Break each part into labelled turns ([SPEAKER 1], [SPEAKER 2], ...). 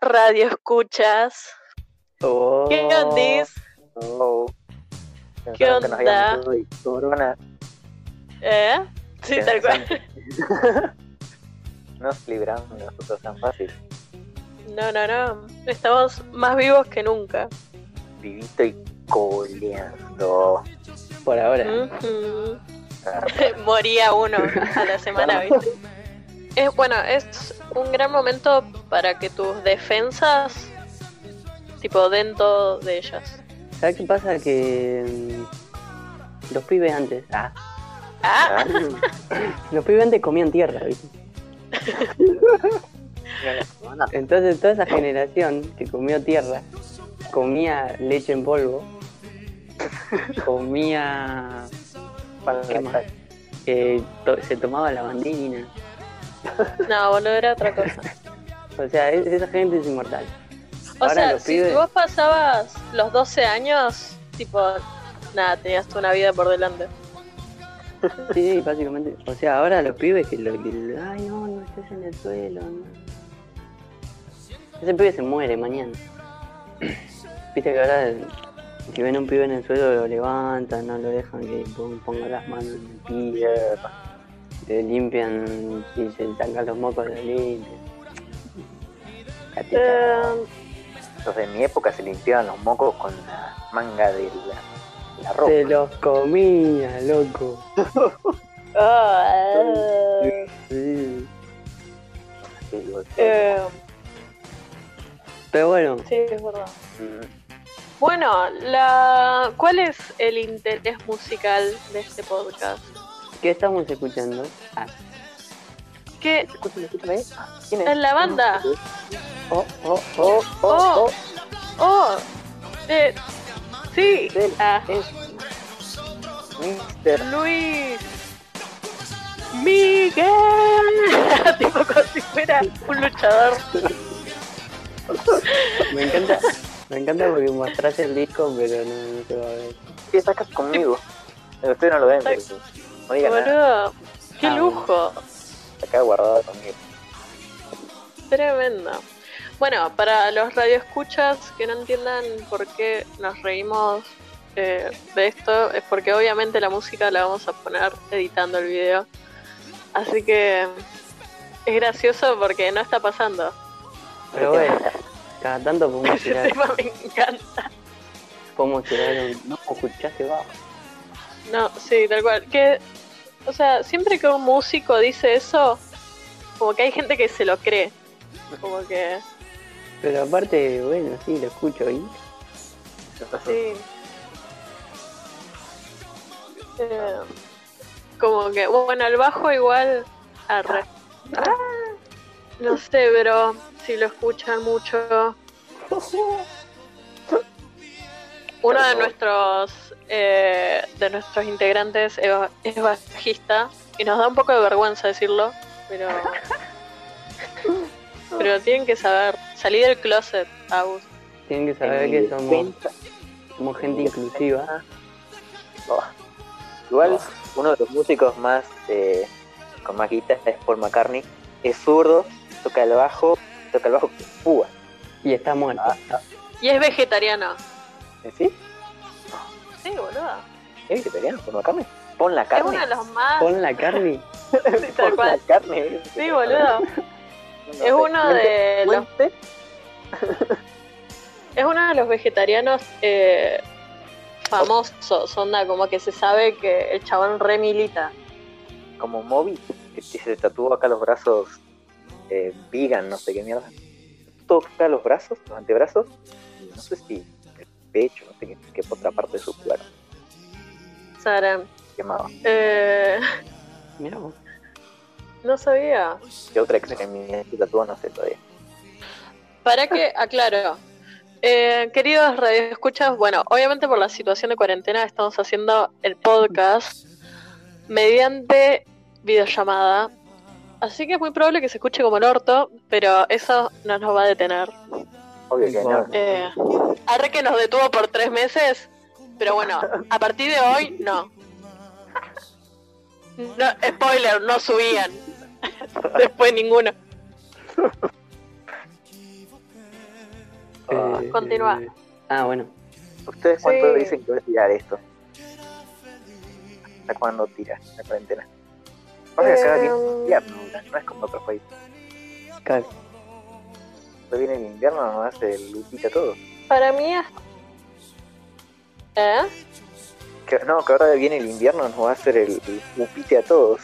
[SPEAKER 1] radio escuchas.
[SPEAKER 2] Oh,
[SPEAKER 1] ¿Qué ondis?
[SPEAKER 2] Oh.
[SPEAKER 1] ¿Qué
[SPEAKER 2] Pensaron que nos
[SPEAKER 1] onda?
[SPEAKER 2] habíamos ido de corona.
[SPEAKER 1] ¿Eh? Sí, tal cual.
[SPEAKER 2] Pensaron- Nos libramos nosotros tan fácil.
[SPEAKER 1] No, no, no. Estamos más vivos que nunca.
[SPEAKER 2] Vivito y coleando. Por ahora.
[SPEAKER 1] Ujú.
[SPEAKER 2] Ah,
[SPEAKER 1] Moría uno a la semana, ¿viste? Es, bueno, es un gran momento para que tus defensas, tipo, den todo de ellas.
[SPEAKER 3] ¿Mm? ¿Sabes qué pasa? Que mm, los pibes antes, ah,
[SPEAKER 1] Ah,
[SPEAKER 3] los pibes antes comían tierra, ¿viste?
[SPEAKER 2] bueno,
[SPEAKER 3] Entonces toda esa generación que comió tierra, comía leche en polvo, comía,
[SPEAKER 2] para
[SPEAKER 3] ¿Qué más? eh, to- se tomaba la bandina.
[SPEAKER 1] no, boludo, era otra cosa.
[SPEAKER 3] O sea, es- esa gente es inmortal.
[SPEAKER 1] O
[SPEAKER 3] Ahora
[SPEAKER 1] sea,
[SPEAKER 3] los
[SPEAKER 1] si
[SPEAKER 3] pibes-
[SPEAKER 1] vos pasabas los 12 años, tipo, nada, tenías toda una vida por delante.
[SPEAKER 3] Sí, sí, básicamente. O sea, ahora los pibes que, lo, que lo- ay no, no estés en el suelo. no. Ese pibe se muere mañana. Viste que ahora el- si ven un pibe en el suelo lo levantan, no lo dejan que pon- ponga las manos en el piso, le limpian y se sacan los mocos de limpia. La teta.
[SPEAKER 1] Eh,
[SPEAKER 2] Los de mi época se limpiaban los mocos con la manga de la, la ropa.
[SPEAKER 3] Se los comía, loco.
[SPEAKER 1] Eh, ah, eh.
[SPEAKER 3] Sí.
[SPEAKER 2] Sí, lo-
[SPEAKER 1] Eh,
[SPEAKER 3] Pero bueno,
[SPEAKER 1] sí, es verdad.
[SPEAKER 2] Mm,
[SPEAKER 1] Bueno, la... ¿cuál es el interés musical de este podcast?
[SPEAKER 3] ¿qué estamos escuchando? Ah, ¿Eh?
[SPEAKER 1] Que
[SPEAKER 2] Escúchame, escúchame. ¿Quién
[SPEAKER 1] es la banda.
[SPEAKER 2] mm,
[SPEAKER 3] oh, oh, oh.
[SPEAKER 2] Oh, oh, oh.
[SPEAKER 1] Oh, eh, sí, ah,
[SPEAKER 2] Mister
[SPEAKER 1] Luis Miguel, tipo como si fuera un luchador.
[SPEAKER 3] Me encanta, me encanta porque mostraste el disco, pero no, no se va a ver.
[SPEAKER 2] ¿Qué sacas conmigo? Ustedes no lo ven, pero no digan nada.
[SPEAKER 1] Boludo, qué
[SPEAKER 3] Ah,
[SPEAKER 1] lujo,
[SPEAKER 2] Acá guardado conmigo.
[SPEAKER 1] tremendo. Bueno, para los radioescuchas que no entiendan por qué nos reímos eh, de esto, es porque obviamente la música la vamos a poner editando el video. Así que es gracioso porque no está pasando.
[SPEAKER 3] Pero bueno, cada tanto podemos
[SPEAKER 1] Ese
[SPEAKER 3] tirar,
[SPEAKER 1] tema me encanta.
[SPEAKER 3] podemos tirar un. No, escuchaste bajo.
[SPEAKER 1] No, sí, tal cual. Que, o sea, siempre que un músico dice eso, como que hay gente que se lo cree. Como que,
[SPEAKER 3] Pero aparte, bueno, sí, lo escucho y.
[SPEAKER 1] sí. Eh, como que, bueno, el bajo igual arre. No sé, pero si lo escuchan mucho. Uno de nuestros eh, de nuestros integrantes es ba- es bajista y nos da un poco de vergüenza decirlo, pero pero tienen que saber salir del closet, Agus.
[SPEAKER 3] Tienen que saber que somos, somos gente inclusiva.
[SPEAKER 2] Oh. Igual, uno de los músicos más eh, con más guita es Paul McCartney. Es zurdo, toca el bajo, toca el bajo con púa.
[SPEAKER 3] Y está muerto.
[SPEAKER 1] Y es vegetariano.
[SPEAKER 2] ¿Sí?
[SPEAKER 1] Sí, boludo.
[SPEAKER 2] ¿Es vegetariano? ¿Paul McCartney? Pon la
[SPEAKER 1] Es
[SPEAKER 2] carne.
[SPEAKER 1] uno de los más
[SPEAKER 3] Pon la carne.
[SPEAKER 1] sí, tal
[SPEAKER 2] Pon la
[SPEAKER 1] cual.
[SPEAKER 2] carne.
[SPEAKER 1] Sí, boludo. Es uno de los
[SPEAKER 2] Fuente
[SPEAKER 1] los vegetarianos eh, famosos, onda, como que se sabe que el chabón re milita.
[SPEAKER 2] Como Moby, que se tatuó acá los brazos eh, vegan, no sé qué mierda. Toca los brazos, los antebrazos, y no sé si el pecho, no sé qué, qué otra parte de su cuerpo
[SPEAKER 1] Sara,
[SPEAKER 2] quemaba.
[SPEAKER 1] eh,
[SPEAKER 3] Mirá vos.
[SPEAKER 1] no sabía.
[SPEAKER 2] ¿Qué otra extremidad se tatuó? No sé todavía.
[SPEAKER 1] Para que aclaro. Eh, queridos radioescuchas, bueno, obviamente por la situación de cuarentena estamos haciendo el podcast mediante videollamada. Así que es muy probable que se escuche como el orto, pero eso no nos va a detener.
[SPEAKER 2] Obvio que no.
[SPEAKER 1] Eh, arre que nos detuvo por tres meses, pero bueno, a partir de hoy no. No, spoiler, no subían. Después ninguno.
[SPEAKER 2] Ah,
[SPEAKER 3] Eh,
[SPEAKER 1] Continúa.
[SPEAKER 3] Ah, bueno.
[SPEAKER 2] ¿Ustedes cuánto
[SPEAKER 1] Sí.
[SPEAKER 2] dicen que voy a tirar esto? ¿Hasta cuándo tiras la cuarentena? Pasa que acá
[SPEAKER 1] Eh,
[SPEAKER 2] viene el invierno, no es como otros países.
[SPEAKER 3] Claro.
[SPEAKER 2] Acá viene el invierno, no hace lupita todo.
[SPEAKER 1] Para mí hasta... ¿Eh?
[SPEAKER 2] Que- no, que ahora viene el invierno, nos va a hacer el, el upite a todos.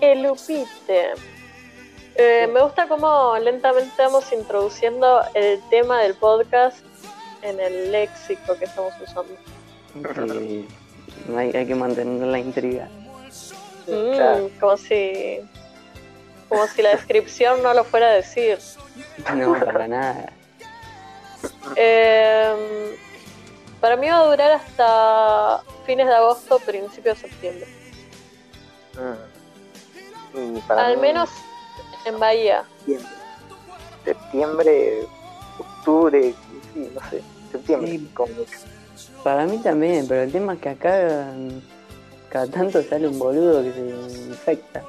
[SPEAKER 1] El upite. Eh, me gusta cómo lentamente vamos introduciendo el tema del podcast en el léxico que estamos usando.
[SPEAKER 3] Eh, hay, hay que mantener la intriga.
[SPEAKER 1] Mm,
[SPEAKER 2] Claro.
[SPEAKER 1] Como si como si la descripción no lo fuera a decir.
[SPEAKER 3] No, para nada.
[SPEAKER 1] Eh, para mí va a durar hasta fines de agosto, principios de septiembre.
[SPEAKER 2] Mm. Y para
[SPEAKER 1] Al
[SPEAKER 2] mí,
[SPEAKER 1] menos en Bahía.
[SPEAKER 2] Septiembre, septiembre, octubre, sí, no sé. Septiembre,
[SPEAKER 3] Sí.
[SPEAKER 2] como mucho.
[SPEAKER 3] Para mí también, pero el tema es que acá mm, cada tanto sale un boludo que se infecta.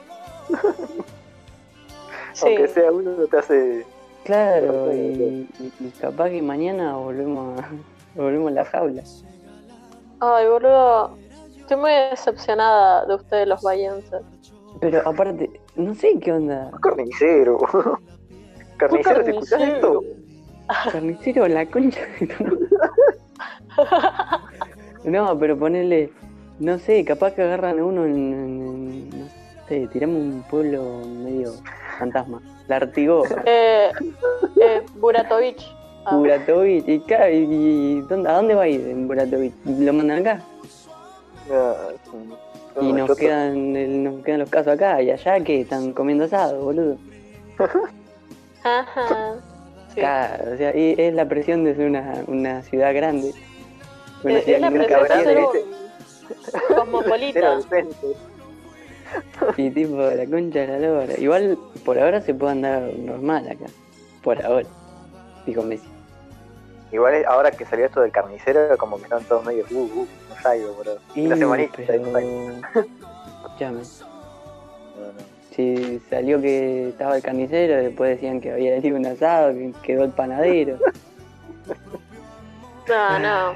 [SPEAKER 1] Sí.
[SPEAKER 2] Aunque sea uno, te hace.
[SPEAKER 3] Claro, y, y- y capaz que mañana volvemos a, volvemos a la jaula.
[SPEAKER 1] Ay, boludo. Estoy muy decepcionada de ustedes los bahienses.
[SPEAKER 3] Pero aparte, no sé qué onda.
[SPEAKER 2] Carnicero. Carnicero, ¿te escuchás
[SPEAKER 1] carnicero.
[SPEAKER 2] esto?
[SPEAKER 3] Carnicero, la concha de tu- No, pero ponerle, no sé, capaz que agarran a uno en, en- en- no sé, tiramos un pueblo medio fantasma. La Artigoba,
[SPEAKER 1] Eh, eh, Buratovich. Ah.
[SPEAKER 3] Buratovich, y, claro, y, y ¿dónde- ¿a dónde va a ir en Buratovich? ¿Lo mandan acá?
[SPEAKER 2] Ah, sí.
[SPEAKER 3] Y
[SPEAKER 2] No, yo
[SPEAKER 3] nos quedan, el- nos quedan los casos acá y allá que están comiendo asado, boludo.
[SPEAKER 1] Ajá. Sí.
[SPEAKER 3] Claro, o sea, y es la presión de ser una, una ciudad grande. Una
[SPEAKER 1] Eh, es la
[SPEAKER 3] ciudad que nunca
[SPEAKER 1] presión de
[SPEAKER 2] habrá,
[SPEAKER 1] ser
[SPEAKER 3] grande.
[SPEAKER 2] ¿viste?
[SPEAKER 1] un
[SPEAKER 2] Era
[SPEAKER 1] cosmopolita.
[SPEAKER 2] docente.
[SPEAKER 3] Y tipo, la concha de la lora. Igual, por ahora se puede andar normal acá. Por ahora. Dijo Messi.
[SPEAKER 2] Igual ahora que salió esto del carnicero, como que están todos medio, uh, uh, no salgo, bro.
[SPEAKER 3] Y,
[SPEAKER 2] La semanita, no salgo.
[SPEAKER 3] pero... Escuchame.
[SPEAKER 2] No, no.
[SPEAKER 3] Si salió que estaba el carnicero, después decían que había ido un asado, que quedó el panadero.
[SPEAKER 1] No, no.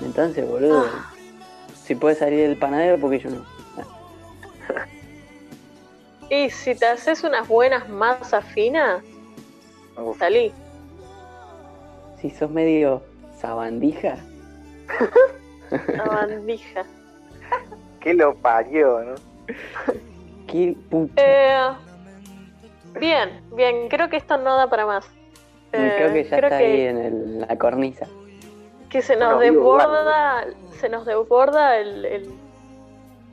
[SPEAKER 3] Entonces, boludo, si puede salir el panadero, porque yo no.
[SPEAKER 1] Y si te haces unas buenas masas finas,
[SPEAKER 2] Uf,
[SPEAKER 1] salí.
[SPEAKER 3] Si sos medio sabandija,
[SPEAKER 1] La bandija.
[SPEAKER 2] que lo parió, ¿no?
[SPEAKER 3] qué puta.
[SPEAKER 1] Eh, bien, bien. Creo que esto no da para más. Eh,
[SPEAKER 3] Mm, creo que ya
[SPEAKER 1] creo
[SPEAKER 3] está
[SPEAKER 1] que-
[SPEAKER 3] ahí en el- la cornisa.
[SPEAKER 1] que se nos
[SPEAKER 2] Bueno, vivo
[SPEAKER 1] desborda, se nos desborda el, el,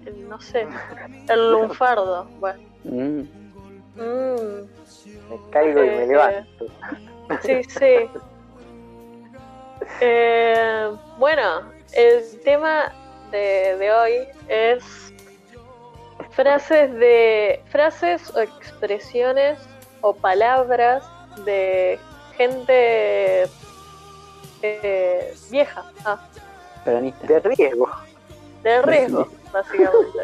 [SPEAKER 1] el, no sé, el lunfardo. Bueno,
[SPEAKER 3] Mm.
[SPEAKER 1] mm,
[SPEAKER 2] Me caigo y
[SPEAKER 1] Eh,
[SPEAKER 2] me levanto.
[SPEAKER 1] sí, sí. Eh, bueno, el tema de, de hoy es frases de frases o expresiones o palabras de gente eh, vieja, ah,
[SPEAKER 3] Peronista.
[SPEAKER 2] De riesgo.
[SPEAKER 1] de riesgo, básicamente.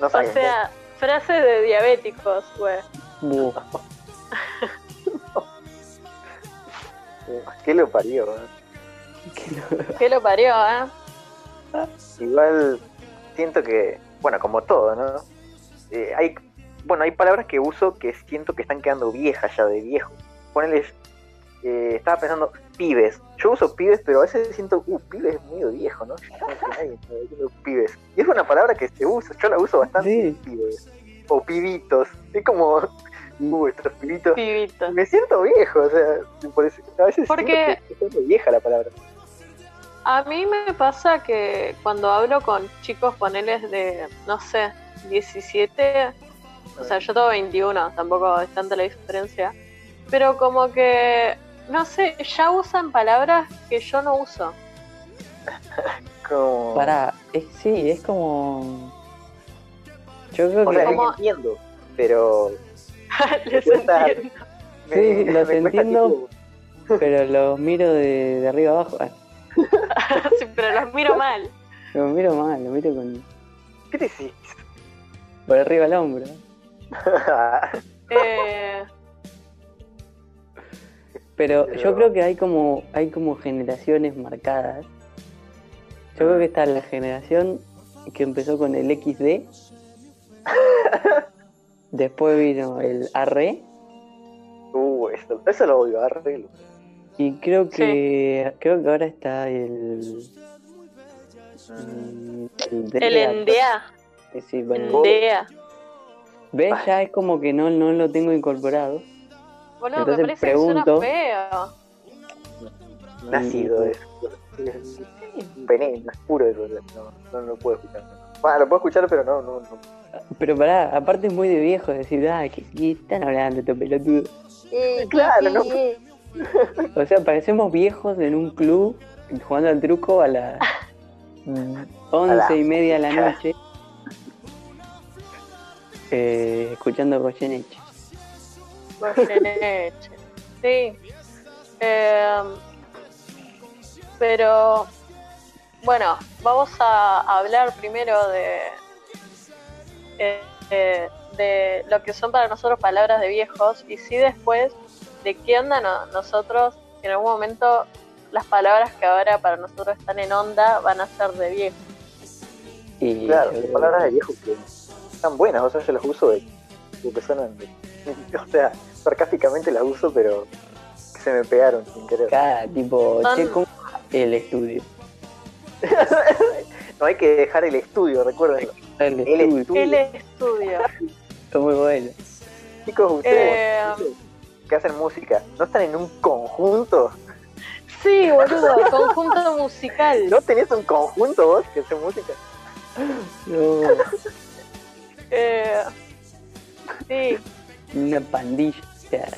[SPEAKER 2] No
[SPEAKER 1] O
[SPEAKER 2] salgo.
[SPEAKER 1] sea, frases de diabéticos, güey.
[SPEAKER 3] Buh.
[SPEAKER 2] que Eh, lo parió, ¿no?
[SPEAKER 3] Qué lo-
[SPEAKER 1] ¿Qué lo parió, eh?
[SPEAKER 2] Igual siento que, bueno, como todo, ¿no? Eh, hay, bueno, hay palabras que uso que siento que están quedando viejas ya de viejo. Ponele eh, estaba pensando, pibes. Yo uso pibes, pero a veces siento, uh, pibes es muy viejo, ¿no? Yo creo que nadie está diciendo pibes. Y es una palabra que se usa, yo la uso bastante.
[SPEAKER 3] Sí.
[SPEAKER 2] Pibes. O pibitos. Es como, uh, estos pibitos.
[SPEAKER 1] Pibito.
[SPEAKER 2] Me siento viejo, o sea, por eso- a veces
[SPEAKER 1] Porque-
[SPEAKER 2] siento que es muy vieja la palabra.
[SPEAKER 1] A mí me pasa que cuando hablo con chicos, poneles de, no sé, 17, o sea, yo tengo 21, tampoco es tanta la diferencia, pero como que, no sé, ya usan palabras que yo no uso.
[SPEAKER 2] Como...
[SPEAKER 4] Pará, es, sí, es como.
[SPEAKER 3] Yo creo
[SPEAKER 2] O
[SPEAKER 3] que
[SPEAKER 2] sea,
[SPEAKER 1] Como-
[SPEAKER 2] les entiendo, pero...
[SPEAKER 1] Les
[SPEAKER 2] cuesta-
[SPEAKER 1] entiendo.
[SPEAKER 3] Sí, los
[SPEAKER 2] cuesta,
[SPEAKER 3] entiendo.
[SPEAKER 2] tipo,
[SPEAKER 3] pero los miro de, de arriba abajo. Ah,
[SPEAKER 1] Sí, pero los miro mal.
[SPEAKER 3] Los miro mal, los miro con,
[SPEAKER 2] ¿Qué te hiciste?
[SPEAKER 3] por arriba al hombro.
[SPEAKER 1] Eh,
[SPEAKER 3] Pero
[SPEAKER 2] Pero-
[SPEAKER 3] yo creo que hay como hay como generaciones marcadas. Yo creo que está la generación que empezó con el XD. Después vino el E. AR.
[SPEAKER 2] uh, eso, eso lo odio, arreglo.
[SPEAKER 3] Y creo que creo que ahora está el. El,
[SPEAKER 1] el endea,
[SPEAKER 3] Sí, sí, bueno.
[SPEAKER 1] endea.
[SPEAKER 3] ¿Ves? Ya es como que no, no lo tengo incorporado.
[SPEAKER 1] Boludo,
[SPEAKER 3] Entonces
[SPEAKER 1] me parece que suena
[SPEAKER 3] pregunto-
[SPEAKER 1] feo.
[SPEAKER 2] Nacido
[SPEAKER 3] Y-
[SPEAKER 2] es un veneno, es puro eso, no, no lo puedo escuchar. Bueno, lo puedo escuchar, pero no, no, no.
[SPEAKER 3] Pero pará, aparte es muy de viejo decir, ah, ¿qué, qué están hablando estos pelotudos?
[SPEAKER 2] claro, no.
[SPEAKER 3] O sea, parecemos viejos en un club jugando al truco a las once y media de la noche. Eh, escuchando Goyeneche.
[SPEAKER 1] Goyeneche. Sí. Eh, pero bueno, vamos a hablar primero de, eh, eh, de lo que son para nosotros palabras de viejos y sí después de qué onda no- nosotros que en algún momento las palabras que ahora para nosotros están en onda van a ser de viejos.
[SPEAKER 3] Y
[SPEAKER 2] Claro,
[SPEAKER 3] yo-
[SPEAKER 2] son palabras de viejo que están buenas, o sea, yo las uso de, de personas. de- o sea, sarcásticamente las uso, pero se me pegaron sin querer.
[SPEAKER 3] Acá, tipo,
[SPEAKER 1] Son-
[SPEAKER 3] che, ¿cómo va el estudio?
[SPEAKER 2] no hay que dejar el estudio, recuerden.
[SPEAKER 3] El
[SPEAKER 2] El
[SPEAKER 3] estudio,
[SPEAKER 2] estudio.
[SPEAKER 1] El estudio.
[SPEAKER 3] está muy bueno.
[SPEAKER 2] Chicos, ustedes
[SPEAKER 1] Eh,
[SPEAKER 2] ustedes que hacen música, ¿no están en un conjunto?
[SPEAKER 1] Sí, boludo, conjunto musical.
[SPEAKER 2] ¿No tenés un conjunto vos que hace música?
[SPEAKER 3] No,
[SPEAKER 1] Eh, sí.
[SPEAKER 3] una pandilla. o sea,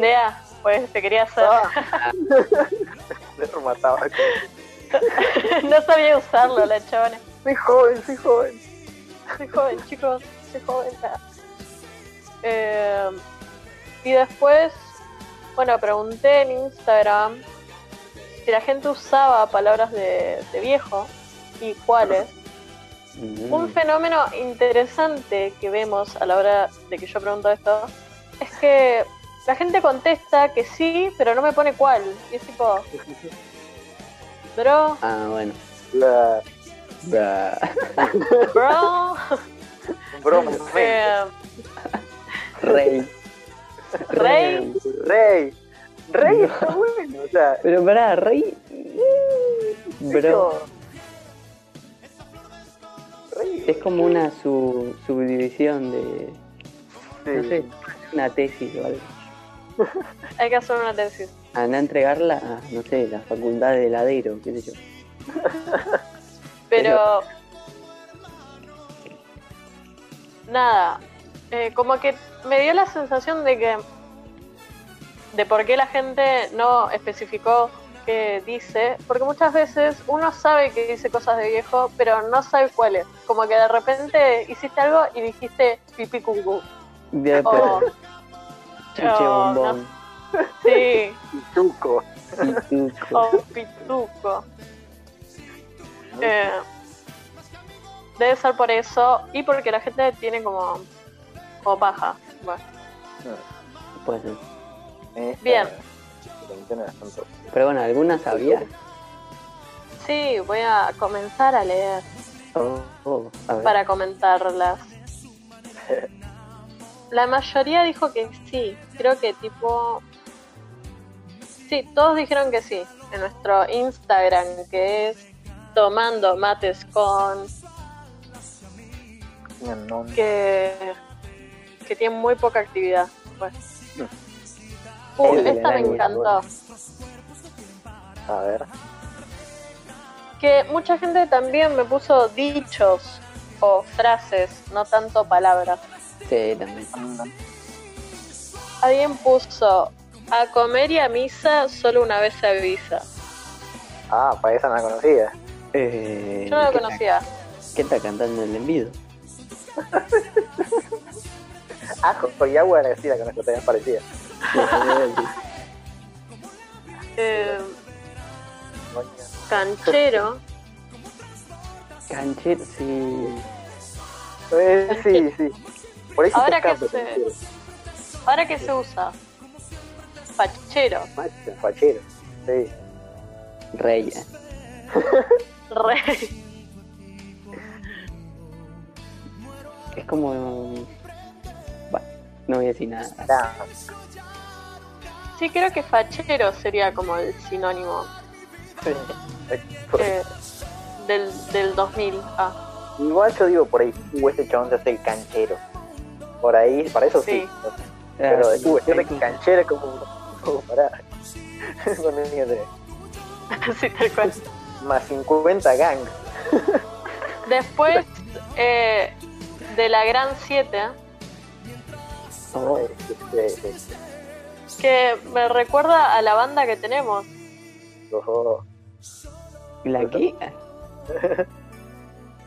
[SPEAKER 1] Ya, pues te quería hacer.
[SPEAKER 2] Ah. Me remataba.
[SPEAKER 1] No sabía usarlo, la chavana.
[SPEAKER 2] Soy joven, soy joven.
[SPEAKER 1] Soy joven, chicos, soy joven. ah. Eh, y después, bueno, pregunté en Instagram si la gente usaba palabras de, de viejo y cuáles.
[SPEAKER 3] mm,
[SPEAKER 1] Un fenómeno interesante que vemos a la hora de que yo pregunto esto es que la gente contesta que sí, pero no me pone cuál. Y es tipo, bro,
[SPEAKER 3] Ah, bueno.
[SPEAKER 2] La
[SPEAKER 3] Bah.
[SPEAKER 1] bro.
[SPEAKER 2] broma.
[SPEAKER 1] Eh,
[SPEAKER 3] Rey.
[SPEAKER 1] Rey.
[SPEAKER 2] Rey. Rey está bueno. O sea,
[SPEAKER 3] Pero pará, Rey. Bro.
[SPEAKER 2] Rey.
[SPEAKER 3] Es como una su- subdivisión de.
[SPEAKER 2] sí.
[SPEAKER 3] No sé, una tesis o algo.
[SPEAKER 1] hay que hacer una tesis.
[SPEAKER 3] Andá a entregarla a, no sé, la facultad de heladero, qué sé yo.
[SPEAKER 1] Pero. Nada. eh, como que me dio la sensación de que. De por qué la gente no especificó qué dice. Porque muchas veces uno sabe que dice cosas de viejo, pero no sabe cuáles. Como que de repente hiciste algo y dijiste pipí cucú.
[SPEAKER 3] De
[SPEAKER 1] O.
[SPEAKER 3] chuche
[SPEAKER 1] Oh, no,
[SPEAKER 3] bombón.
[SPEAKER 1] Sí.
[SPEAKER 2] Chuco.
[SPEAKER 3] pituco.
[SPEAKER 1] o pituco. Eh, debe ser por eso y porque la gente tiene como, como paja. Bueno,
[SPEAKER 2] Eh,
[SPEAKER 3] Pues, no.
[SPEAKER 2] Esta-
[SPEAKER 1] bien.
[SPEAKER 2] eh, la ventana es tanto.
[SPEAKER 3] pero bueno, ¿alguna sabía?
[SPEAKER 1] sí, voy a comenzar a leer
[SPEAKER 3] Oh, oh, a ver.
[SPEAKER 1] para comentarlas. La mayoría dijo que sí. Creo que tipo. Sí, todos dijeron que sí. En nuestro Instagram, que es tomando mates con.
[SPEAKER 2] No, no, no.
[SPEAKER 1] que, que tiene muy poca actividad. Pues.
[SPEAKER 2] Hmm.
[SPEAKER 1] Uy,
[SPEAKER 2] Ey,
[SPEAKER 1] esta me
[SPEAKER 2] Belén,
[SPEAKER 1] encantó.
[SPEAKER 2] A ver.
[SPEAKER 1] Que mucha gente también me puso dichos o frases, no tanto palabras.
[SPEAKER 4] Sí, también.
[SPEAKER 1] Alguien puso a comer y a misa solo una vez se avisa.
[SPEAKER 2] Ah, para esa no la conocía.
[SPEAKER 3] Eh,
[SPEAKER 1] Yo no lo
[SPEAKER 3] ¿qué
[SPEAKER 1] conocía.
[SPEAKER 3] está- ¿Qué está cantando el envido?
[SPEAKER 2] Ajo y Ah, agua agradecida con esto también parecía.
[SPEAKER 1] Eh,
[SPEAKER 2] Coño.
[SPEAKER 1] canchero.
[SPEAKER 3] Canchero, sí.
[SPEAKER 2] Eh, sí, sí. Por ahí sí
[SPEAKER 1] Ahora
[SPEAKER 2] te
[SPEAKER 1] que
[SPEAKER 2] escapa,
[SPEAKER 1] se-
[SPEAKER 2] te entiendo.
[SPEAKER 1] ¿Ahora qué se usa? Fachero.
[SPEAKER 2] Macho, fachero. Sí.
[SPEAKER 3] Rey. eh".
[SPEAKER 1] Re.
[SPEAKER 3] Es como. Bueno, no voy a decir nada.
[SPEAKER 2] Nah,
[SPEAKER 1] Sí, creo que fachero sería como el sinónimo
[SPEAKER 2] Pues.
[SPEAKER 1] eh, del, del 2000. Ah,
[SPEAKER 2] Igual yo digo por ahí, uh, este chabón se hace el canchero. Por ahí, para eso sí.
[SPEAKER 1] Sí.
[SPEAKER 2] Pero
[SPEAKER 3] Ah,
[SPEAKER 2] uh, este
[SPEAKER 3] sí.
[SPEAKER 2] es el canchero es como. como pará. Con el niño de-
[SPEAKER 1] sí, tal cual.
[SPEAKER 2] Más 50 gang.
[SPEAKER 1] Después eh, de la Gran 7,
[SPEAKER 3] Oh,
[SPEAKER 2] Este, este, este,
[SPEAKER 1] que me recuerda a la banda que tenemos.
[SPEAKER 2] ojo.
[SPEAKER 3] ¿La qué?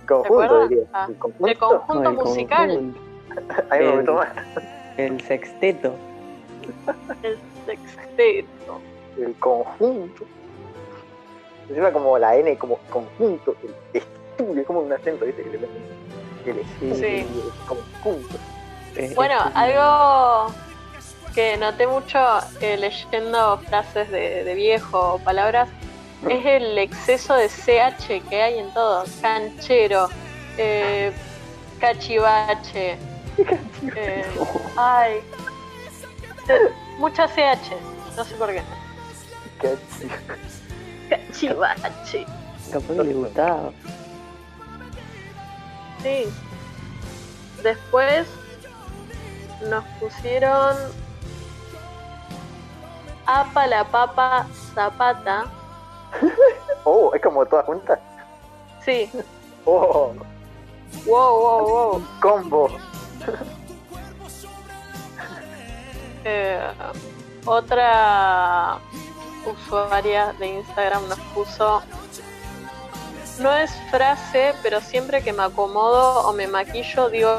[SPEAKER 2] Conjunto,
[SPEAKER 1] acuerdas?
[SPEAKER 2] diría.
[SPEAKER 1] Ah,
[SPEAKER 2] el
[SPEAKER 1] El
[SPEAKER 2] conjunto.
[SPEAKER 1] conjunto
[SPEAKER 3] El
[SPEAKER 1] musical.
[SPEAKER 3] conjunto,
[SPEAKER 2] Ahí me gustó
[SPEAKER 3] el-
[SPEAKER 2] más.
[SPEAKER 3] El sexteto.
[SPEAKER 1] El sexteto.
[SPEAKER 2] El conjunto. Encima como la N, como conjunto. El estudio, es como un acento, ¿viste? Que le meten. El estudio,
[SPEAKER 1] Sí.
[SPEAKER 2] el conjunto.
[SPEAKER 3] Eh,
[SPEAKER 1] Bueno,
[SPEAKER 3] es-
[SPEAKER 1] algo que noté mucho eh, leyendo frases de, de viejo o palabras es el exceso de CH que hay en todo. Canchero, eh, cachivache. eh, ay. Te- Mucha CH, no sé por qué.
[SPEAKER 2] Qué
[SPEAKER 1] Cachivache.
[SPEAKER 3] Capaz que le gustaba.
[SPEAKER 1] Sí. Después nos pusieron apa la papa zapata.
[SPEAKER 2] Oh, es como todas juntas.
[SPEAKER 1] Sí.
[SPEAKER 2] Oh,
[SPEAKER 1] Wow, wow, wow.
[SPEAKER 2] combo.
[SPEAKER 1] Eh, otra usuaria de Instagram nos puso no es frase, pero siempre que me acomodo o me maquillo digo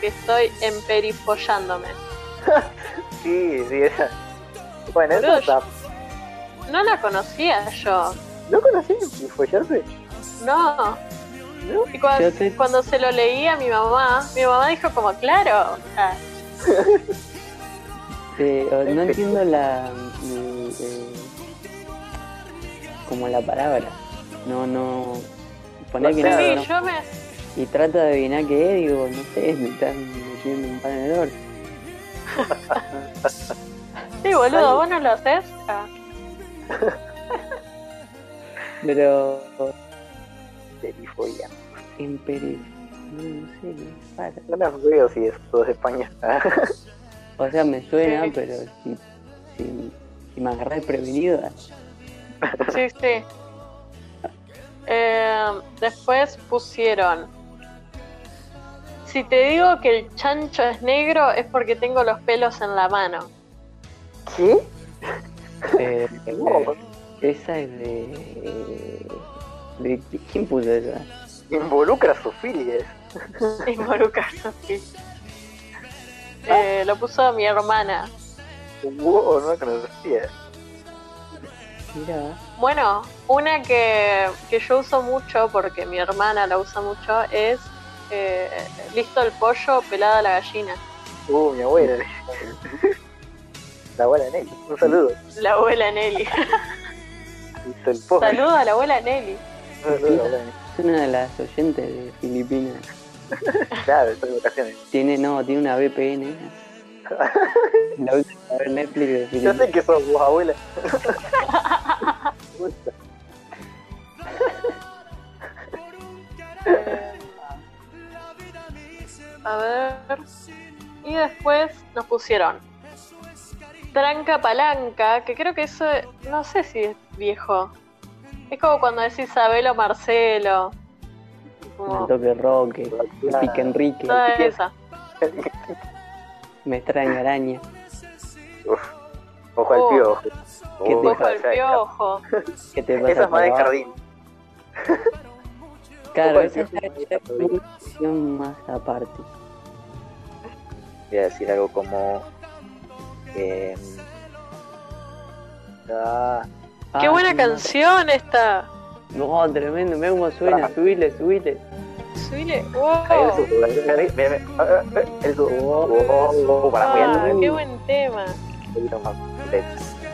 [SPEAKER 1] que estoy emperifollándome.
[SPEAKER 2] Sí, sí, esa. Bueno,
[SPEAKER 1] Boludo,
[SPEAKER 2] eso está.
[SPEAKER 1] No la conocía yo.
[SPEAKER 2] ¿No conocí y follarse?
[SPEAKER 1] No. Y cuando,
[SPEAKER 3] Yo te-
[SPEAKER 1] cuando se lo leí a mi mamá, mi mamá dijo como, claro, o sea,
[SPEAKER 3] Eh, o- no entiendo la. mm, eh, como la palabra. No, no. Poner que
[SPEAKER 2] Claro,
[SPEAKER 1] sí,
[SPEAKER 3] no, no.
[SPEAKER 1] yo me...
[SPEAKER 3] Y trata de adivinar qué es, digo, no sé, me están metiendo un pan en el orto.
[SPEAKER 1] Sí, boludo, vos no lo haces. Ah,
[SPEAKER 3] Pero.
[SPEAKER 2] Perifolia.
[SPEAKER 3] En Perú. No, no sé, no para.
[SPEAKER 2] No me acuerdo si es todo de España.
[SPEAKER 3] O sea, me suena,
[SPEAKER 1] Sí.
[SPEAKER 3] pero si, si, si me agarrás prevenido,
[SPEAKER 1] Sí, sí. Eh, después pusieron... Si te digo que el chancho es negro es porque tengo los pelos en la mano.
[SPEAKER 2] ¿Qué?
[SPEAKER 3] eh,
[SPEAKER 2] No.
[SPEAKER 3] esa es de, de. ¿Quién puso esa?
[SPEAKER 2] Involucra a sus filias.
[SPEAKER 1] Involucra, sí. Eh, lo puso mi hermana.
[SPEAKER 2] Wow, no la conocía.
[SPEAKER 3] Mira,
[SPEAKER 1] Bueno, una que, que yo uso mucho, porque mi hermana la usa mucho, es eh, listo el pollo, pelada la gallina.
[SPEAKER 2] Uh, mi abuela. La abuela de Nelly. Un saludo.
[SPEAKER 1] La abuela Nelly.
[SPEAKER 2] Hizo el post.
[SPEAKER 1] Saludo a la abuela Nelly.
[SPEAKER 2] Un saludo a la abuela de Nelly.
[SPEAKER 3] es una de las oyentes de Filipinas.
[SPEAKER 2] Claro, estoy de vacaciones.
[SPEAKER 3] Tiene, no, tiene una VPN. La última a ver Netflix
[SPEAKER 2] Yo
[SPEAKER 3] de
[SPEAKER 2] sé que sos vos, abuela.
[SPEAKER 1] A ver. Y después nos pusieron Tranca Palanca, que creo que eso, no sé si es viejo. Es como cuando decís Isabel o Marcelo. Como
[SPEAKER 3] El toque Roque, el Pique Enrique,
[SPEAKER 1] toda esa.
[SPEAKER 3] me extraña araña.
[SPEAKER 2] Ojo al
[SPEAKER 1] Oh.
[SPEAKER 2] piojo.
[SPEAKER 3] ¿Qué
[SPEAKER 2] Oh,
[SPEAKER 3] te
[SPEAKER 1] Ojo al
[SPEAKER 2] esa-
[SPEAKER 1] piojo.
[SPEAKER 3] ¿Qué te pasa?
[SPEAKER 2] Esa es más de
[SPEAKER 3] por abajo?
[SPEAKER 2] jardín.
[SPEAKER 3] Claro,
[SPEAKER 2] Ojo,
[SPEAKER 3] esa es
[SPEAKER 2] esa es
[SPEAKER 3] una cuestión más aparte.
[SPEAKER 2] Voy a decir algo como. eh, ah,
[SPEAKER 1] Qué
[SPEAKER 3] Ah,
[SPEAKER 1] buena
[SPEAKER 3] no.
[SPEAKER 1] canción esta.
[SPEAKER 3] No, tremendo, mira cómo suena,
[SPEAKER 2] Ah.
[SPEAKER 3] subile, subile.
[SPEAKER 1] Subile. Wow.
[SPEAKER 2] ahí el susurro, ahí, ahí, ahí, ahí, ah, ah, El susurro. Oh, oh, oh, para
[SPEAKER 1] Ah,
[SPEAKER 2] apoyarlo.
[SPEAKER 1] qué buen tema.
[SPEAKER 2] Un poquito más de-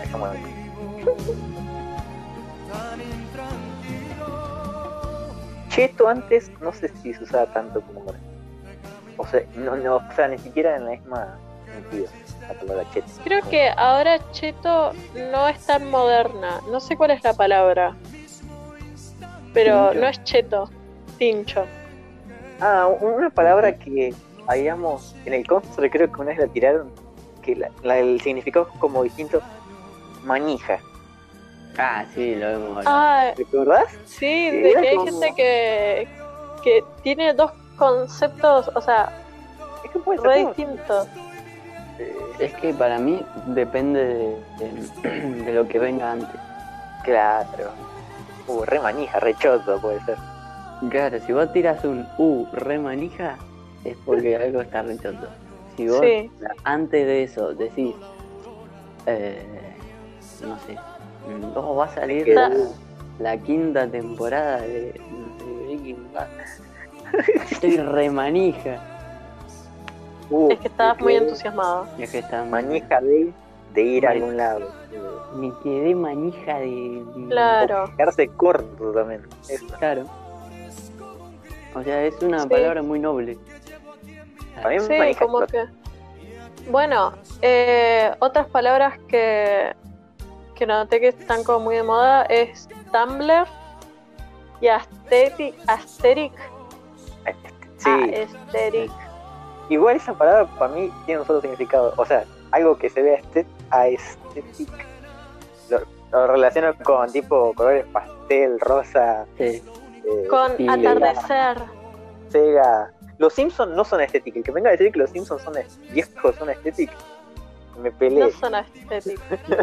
[SPEAKER 2] dejamos ahí. Cheto antes no sé si se usaba tanto como ahora. O sea, no, no, o sea, ni siquiera en la misma sentido la palabra cheto.
[SPEAKER 1] Creo que ahora Cheto no es tan moderna. No sé cuál es la palabra. Pero
[SPEAKER 2] Tincho.
[SPEAKER 1] no es Cheto. Tincho.
[SPEAKER 2] Ah, una palabra que habíamos en el constructor creo que una vez la tiraron, que la, la- el significado es como distinto, manija.
[SPEAKER 3] Ah, sí, lo vemos ahora.
[SPEAKER 1] Ah,
[SPEAKER 2] ¿Recordás?
[SPEAKER 1] sí,
[SPEAKER 2] Sí,
[SPEAKER 1] de
[SPEAKER 2] era
[SPEAKER 1] que hay
[SPEAKER 2] como-
[SPEAKER 1] gente que, que tiene dos conceptos, o sea,
[SPEAKER 2] Es que puede
[SPEAKER 1] re
[SPEAKER 2] ser. ¿no?
[SPEAKER 1] distintos.
[SPEAKER 2] Eh,
[SPEAKER 3] Es que para mí depende de, de- de lo que venga antes.
[SPEAKER 2] Claro. Uh, re manija, re choto puede ser.
[SPEAKER 3] Claro, si vos tiras un U re manija, es porque algo está rechoto. Si vos
[SPEAKER 1] Sí.
[SPEAKER 3] antes de eso decís, eh, no sé, mm, oh, va a salir la, la quinta temporada de, de Breaking Bad. Estoy re manija.
[SPEAKER 2] Uh,
[SPEAKER 1] Es que estabas muy
[SPEAKER 2] quedé
[SPEAKER 1] entusiasmado.
[SPEAKER 3] Es que está
[SPEAKER 2] Manija de, de ir a
[SPEAKER 3] Mani-
[SPEAKER 2] algún lado.
[SPEAKER 3] Me quedé manija de...
[SPEAKER 1] Claro.
[SPEAKER 2] Quedarse corto también. Eso.
[SPEAKER 3] Claro. O sea, es una
[SPEAKER 1] Sí.
[SPEAKER 3] palabra muy noble.
[SPEAKER 2] A mí me
[SPEAKER 1] Sí,
[SPEAKER 2] manija
[SPEAKER 1] como
[SPEAKER 2] corto.
[SPEAKER 1] que. Bueno, eh, otras palabras que, que noté que están como muy de moda es Tumblr y ah, Aesthetic. Aesthetic.
[SPEAKER 2] Sí.
[SPEAKER 1] ah, eh. Aesthetic.
[SPEAKER 2] Igual esa palabra para mí tiene un solo significado. O sea, algo que se vea este, aesthetic. Lo, lo relaciono con tipo colores pastel, rosa,
[SPEAKER 3] Sí.
[SPEAKER 2] eh,
[SPEAKER 1] Con
[SPEAKER 3] Sí,
[SPEAKER 1] atardecer.
[SPEAKER 2] Sega. Los Simpsons no son estéticos. El que venga a decir que los Simpsons son es- viejos, son estéticos, me peleé.
[SPEAKER 1] No son aesthetic.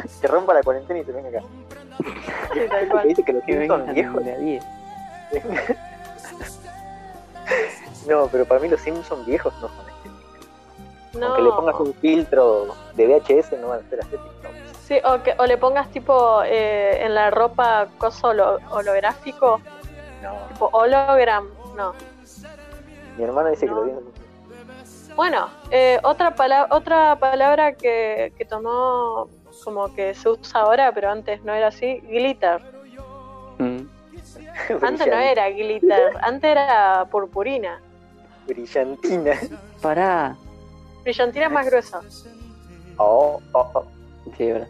[SPEAKER 2] Se rompa la cuarentena y se venga acá.
[SPEAKER 1] Sí, tal
[SPEAKER 2] Me
[SPEAKER 1] cual.
[SPEAKER 2] dice que los
[SPEAKER 3] Que
[SPEAKER 2] Simpsons
[SPEAKER 3] vengan
[SPEAKER 2] viejos.
[SPEAKER 3] de a 10.
[SPEAKER 2] No, pero para mí los Simpsons viejos no son estéticos. Aunque le pongas
[SPEAKER 1] No.
[SPEAKER 2] un filtro de VHS, no van a ser estéticos. no.
[SPEAKER 1] Sí, o, que- o le pongas tipo eh, en la ropa coso holo- holográfico,
[SPEAKER 2] No.
[SPEAKER 1] tipo hologram. No.
[SPEAKER 2] Mi hermana dice que
[SPEAKER 1] No.
[SPEAKER 2] lo vieron.
[SPEAKER 1] Bueno, eh, otra, pala- otra palabra que, que tomó como que se usa ahora, pero antes no era así, glitter.
[SPEAKER 3] Mm.
[SPEAKER 1] Antes no era glitter, antes era purpurina.
[SPEAKER 2] Brillantina.
[SPEAKER 3] Pará.
[SPEAKER 1] Brillantina es más gruesa.
[SPEAKER 2] Oh, oh, oh.
[SPEAKER 3] Sí, verdad.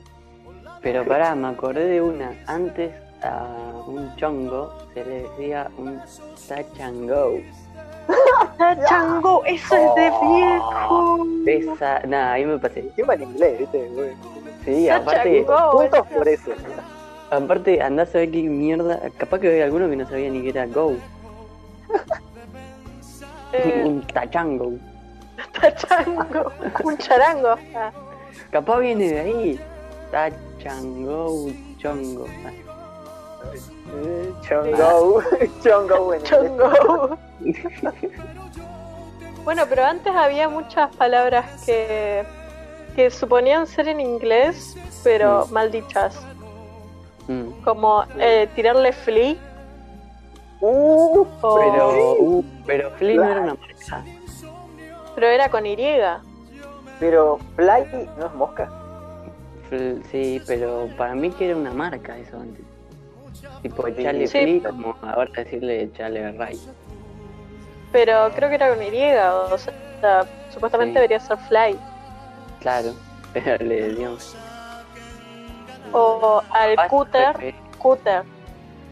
[SPEAKER 3] Pero pará, me acordé de una. Antes a un chongo se le decía un tachango.
[SPEAKER 1] chango! ¡Eso es de viejo!
[SPEAKER 3] Esa. Nah, ahí me pasé.
[SPEAKER 2] Qué mal inglés, viste. güey.
[SPEAKER 3] Sí, aparte,
[SPEAKER 1] Tachango,
[SPEAKER 2] Puntos por eso.
[SPEAKER 3] aparte andás a ver qué mierda. Capaz que había alguno que no sabía ni que era go.
[SPEAKER 1] eh,
[SPEAKER 3] Un tachango.
[SPEAKER 1] tachango, un charango. Ah,
[SPEAKER 3] Capaz viene de ahí. Tachango, chongo. Ah.
[SPEAKER 2] Eh, Chongo. Chongo en inglés.
[SPEAKER 1] Chongo. Bueno, pero antes había muchas palabras que, que suponían ser en inglés, pero mal dichas.
[SPEAKER 3] Mm.
[SPEAKER 1] Como eh, tirarle flea.
[SPEAKER 2] Uh,
[SPEAKER 1] o-
[SPEAKER 3] Pero, uh, pero Flea no era una marca.
[SPEAKER 1] pero era con Y.
[SPEAKER 2] pero Fly no es mosca.
[SPEAKER 3] Fl- sí, pero para mí que era una marca eso antes. Tipo
[SPEAKER 2] Sí.
[SPEAKER 3] Charlie
[SPEAKER 1] Sí.
[SPEAKER 3] Flea, como ahora decirle Charlie Ray.
[SPEAKER 1] Pero creo que era con Y. O sea, supuestamente
[SPEAKER 3] Sí.
[SPEAKER 1] debería ser fly.
[SPEAKER 3] Claro, pero le decíamos.
[SPEAKER 1] O al
[SPEAKER 3] "Ah,
[SPEAKER 1] cúter,
[SPEAKER 3] jefe".
[SPEAKER 1] cúter.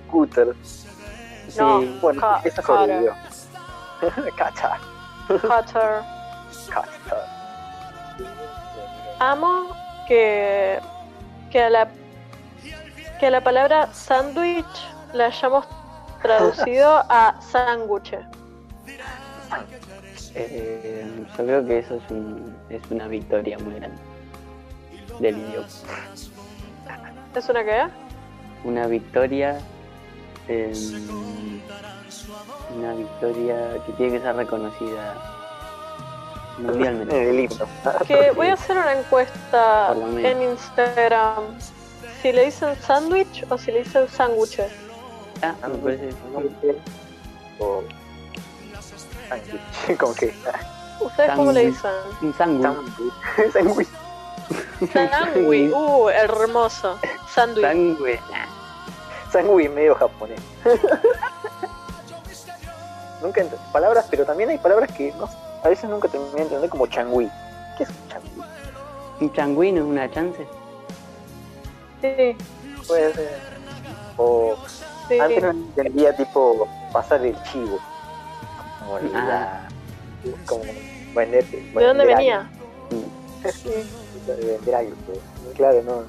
[SPEAKER 2] Scooter.
[SPEAKER 3] Sí,
[SPEAKER 1] No.
[SPEAKER 2] Bueno,
[SPEAKER 1] Ca-
[SPEAKER 2] esa sobrevivió. Cacha,
[SPEAKER 1] Cutter.
[SPEAKER 2] cacha.
[SPEAKER 1] Amo que, que, a la, que a la palabra sándwich la hayamos traducido a sándwich.
[SPEAKER 3] eh, yo creo que eso es, un, es una victoria muy grande del idioma.
[SPEAKER 1] ¿Es una qué?
[SPEAKER 3] Una victoria. eh, una victoria que tiene que ser reconocida mundialmente.
[SPEAKER 2] El himno.
[SPEAKER 1] Que voy a hacer una encuesta
[SPEAKER 3] Ah, Por lo menos.
[SPEAKER 1] en Instagram. Si le dicen sándwich o si le dicen sándwich.
[SPEAKER 3] Ah, me parece
[SPEAKER 2] eh,
[SPEAKER 3] que-
[SPEAKER 2] O. Sándwich, Como que.
[SPEAKER 1] ¿Ustedes cómo le
[SPEAKER 3] Sándwich.
[SPEAKER 1] dicen?
[SPEAKER 3] un sándwich.
[SPEAKER 2] Sándwich. Sándwich.
[SPEAKER 1] Sándwich. Uh, hermoso. Sándwich.
[SPEAKER 3] Sándwich.
[SPEAKER 2] Sangui medio japonés. nunca ent- palabras, pero también hay palabras que no, a veces nunca terminé de entender como changui. ¿Qué es un changui?
[SPEAKER 3] Un changuino es una chance.
[SPEAKER 1] Sí,
[SPEAKER 2] Puede ser. O
[SPEAKER 1] sí.
[SPEAKER 2] antes no entendía tipo pasar el chivo. Como la- como venderte.
[SPEAKER 1] Ah. ¿De dónde
[SPEAKER 2] vender
[SPEAKER 1] venía?
[SPEAKER 2] algo, vender algo, pues. Claro, no.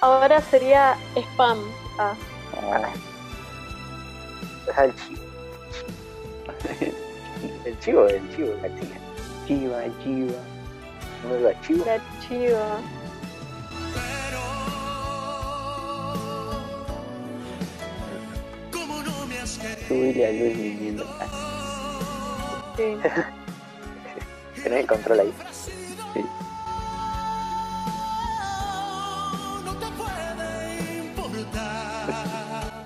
[SPEAKER 1] Ahora sería spam. Ah,
[SPEAKER 2] Ah. Ah, el chivo. El chivo, el chivo, la chica.
[SPEAKER 3] Chiva, chiva.
[SPEAKER 2] No era chivo.
[SPEAKER 1] la chiva.
[SPEAKER 3] Subile a Luis viviendo. Ah,
[SPEAKER 1] Sí.
[SPEAKER 2] Tener el control ahí.
[SPEAKER 3] sí.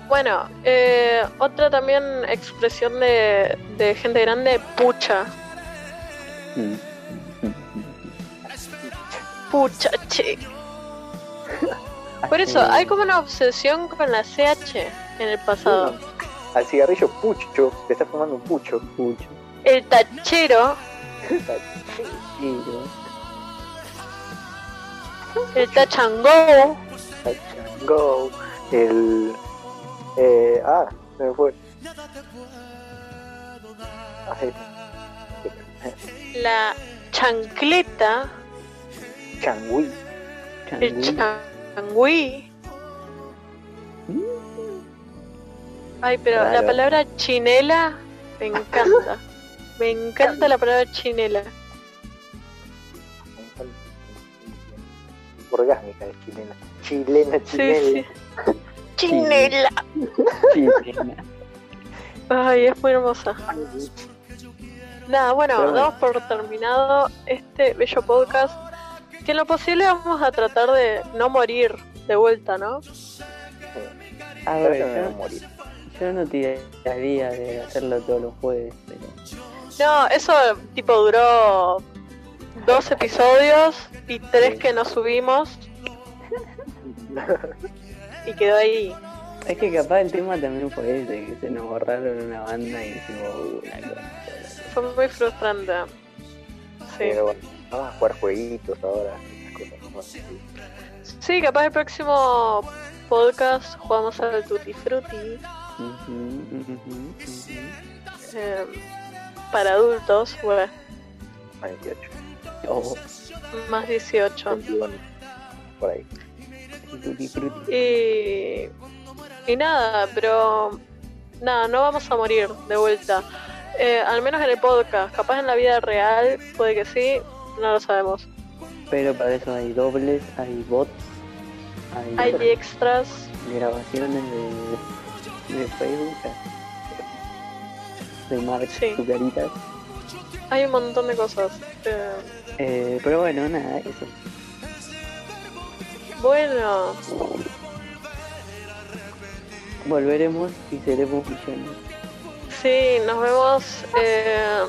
[SPEAKER 1] Bueno, eh, otra también expresión de, de gente grande, pucha.
[SPEAKER 3] Mm.
[SPEAKER 1] Pucha, che. Por eso,
[SPEAKER 3] Hace-
[SPEAKER 1] hay como una obsesión con la CH en el pasado.
[SPEAKER 2] Al cigarrillo pucho, te estás fumando un pucho.
[SPEAKER 3] Pucho.
[SPEAKER 1] El tachero,
[SPEAKER 3] Chiro.
[SPEAKER 1] el tachangó,
[SPEAKER 2] Go. El. Eh, ah, se me fue. Ah, Ay,
[SPEAKER 1] la chancleta,
[SPEAKER 2] changui.
[SPEAKER 1] el
[SPEAKER 3] Changuino.
[SPEAKER 1] changüí. Ay, pero la
[SPEAKER 3] Claro.
[SPEAKER 1] palabra chinela me encanta. Me encanta la palabra chinela.
[SPEAKER 2] Orgásmica, es chilena. Chilena,
[SPEAKER 1] Sí,
[SPEAKER 2] chilena.
[SPEAKER 1] sí. Chinela.
[SPEAKER 3] Chilena.
[SPEAKER 1] Ay, es muy hermosa.
[SPEAKER 2] Changui.
[SPEAKER 1] Nada, bueno,
[SPEAKER 2] Pero bueno.
[SPEAKER 1] damos por terminado este bello podcast. Que en lo posible vamos a tratar de no morir de vuelta, ¿no? Ah.
[SPEAKER 3] A
[SPEAKER 2] Ahora
[SPEAKER 3] ver,
[SPEAKER 2] se me va a
[SPEAKER 3] yo,
[SPEAKER 2] morir.
[SPEAKER 3] yo no tiraría de hacerlo todos los jueves, pero.
[SPEAKER 1] No, eso tipo duró dos episodios y tres
[SPEAKER 3] Sí.
[SPEAKER 1] que no subimos y quedó ahí.
[SPEAKER 3] Es que capaz el tema también fue ese, que se nos borraron una banda y decimos, "Uh, la concha".
[SPEAKER 1] Fue muy frustrante. Sí.
[SPEAKER 2] Pero bueno, vamos a jugar jueguitos ahora. esas cosas, ¿no? Sí.
[SPEAKER 1] sí, capaz el próximo podcast jugamos al Tutti Frutti
[SPEAKER 3] Ujú, ujú, ujú.
[SPEAKER 1] eh, para adultos, bueno,
[SPEAKER 2] 28,
[SPEAKER 3] Oh,
[SPEAKER 1] más 18.
[SPEAKER 2] 21, por ahí.
[SPEAKER 3] tutti frutti.
[SPEAKER 1] Y, y nada, pero nada, no vamos a morir de vuelta. Eh, al menos en el podcast, capaz en la vida real, puede que sí, no lo sabemos.
[SPEAKER 3] Pero para eso hay dobles, hay bots, hay,
[SPEAKER 1] Hay extras,
[SPEAKER 3] grabaciones de, de Facebook, de Mark
[SPEAKER 1] Sí.
[SPEAKER 3] Zucaritas.
[SPEAKER 1] hay un montón de cosas. Eh,
[SPEAKER 3] Eh, pero bueno, nada, eso.
[SPEAKER 1] bueno,
[SPEAKER 3] Volveremos y seremos millones.
[SPEAKER 1] sí, nos vemos eh,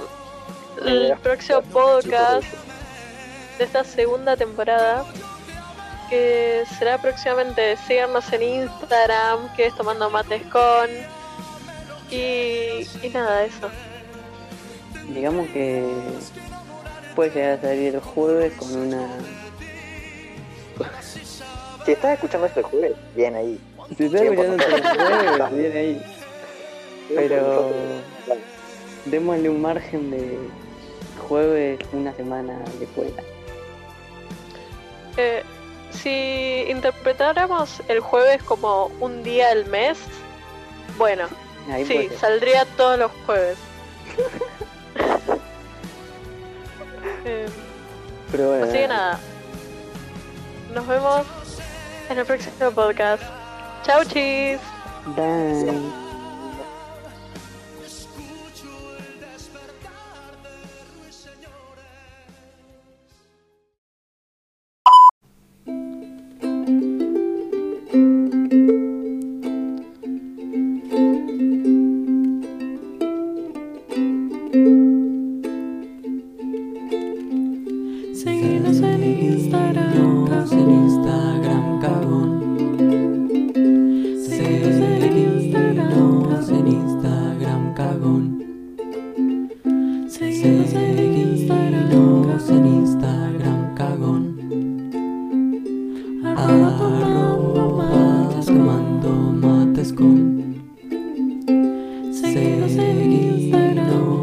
[SPEAKER 1] el próximo podcast de esta segunda temporada. Que será próximamente. Síganos en Instagram, que es Tomando Mates con. Y, y nada, eso.
[SPEAKER 3] Digamos que puede llegar a salir el jueves con una.
[SPEAKER 2] Si estás escuchando esto el jueves, bien ahí.
[SPEAKER 3] Si estás
[SPEAKER 2] Sí,
[SPEAKER 3] escuchando
[SPEAKER 2] por
[SPEAKER 3] entre los
[SPEAKER 2] favor.
[SPEAKER 3] jueves, bien ahí. Pero démosle un margen de jueves, una semana de cuenta.
[SPEAKER 1] Eh, si interpretáramos el jueves como un día al mes, bueno,
[SPEAKER 3] Ahí
[SPEAKER 1] sí,
[SPEAKER 3] puede ser.
[SPEAKER 1] saldría todos los jueves. Eh,
[SPEAKER 3] Pero bueno,
[SPEAKER 1] así que nada, nos vemos en el próximo podcast. Chau, chis.
[SPEAKER 3] Bye.
[SPEAKER 5] Seguinos en Instagram, en Instagram, cagón. Seguinos en Instagram, cagón. Seguinos en Instagram, cagón. Arroba tomando mates con. Seguinos en Instagram, cagón.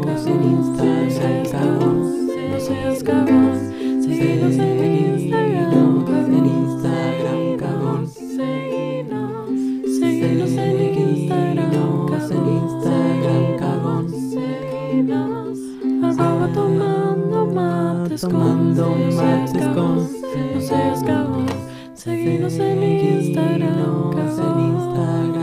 [SPEAKER 5] No seas cagón. Seguinos en Instagram, en Instagram, cagón. Seguinos, seguinos en Instagram, en Instagram, cagón. Seguinos, arroba tomando mates con. Tomando mates con. No seas cagón. Seguinos en Instagram, en Instagram.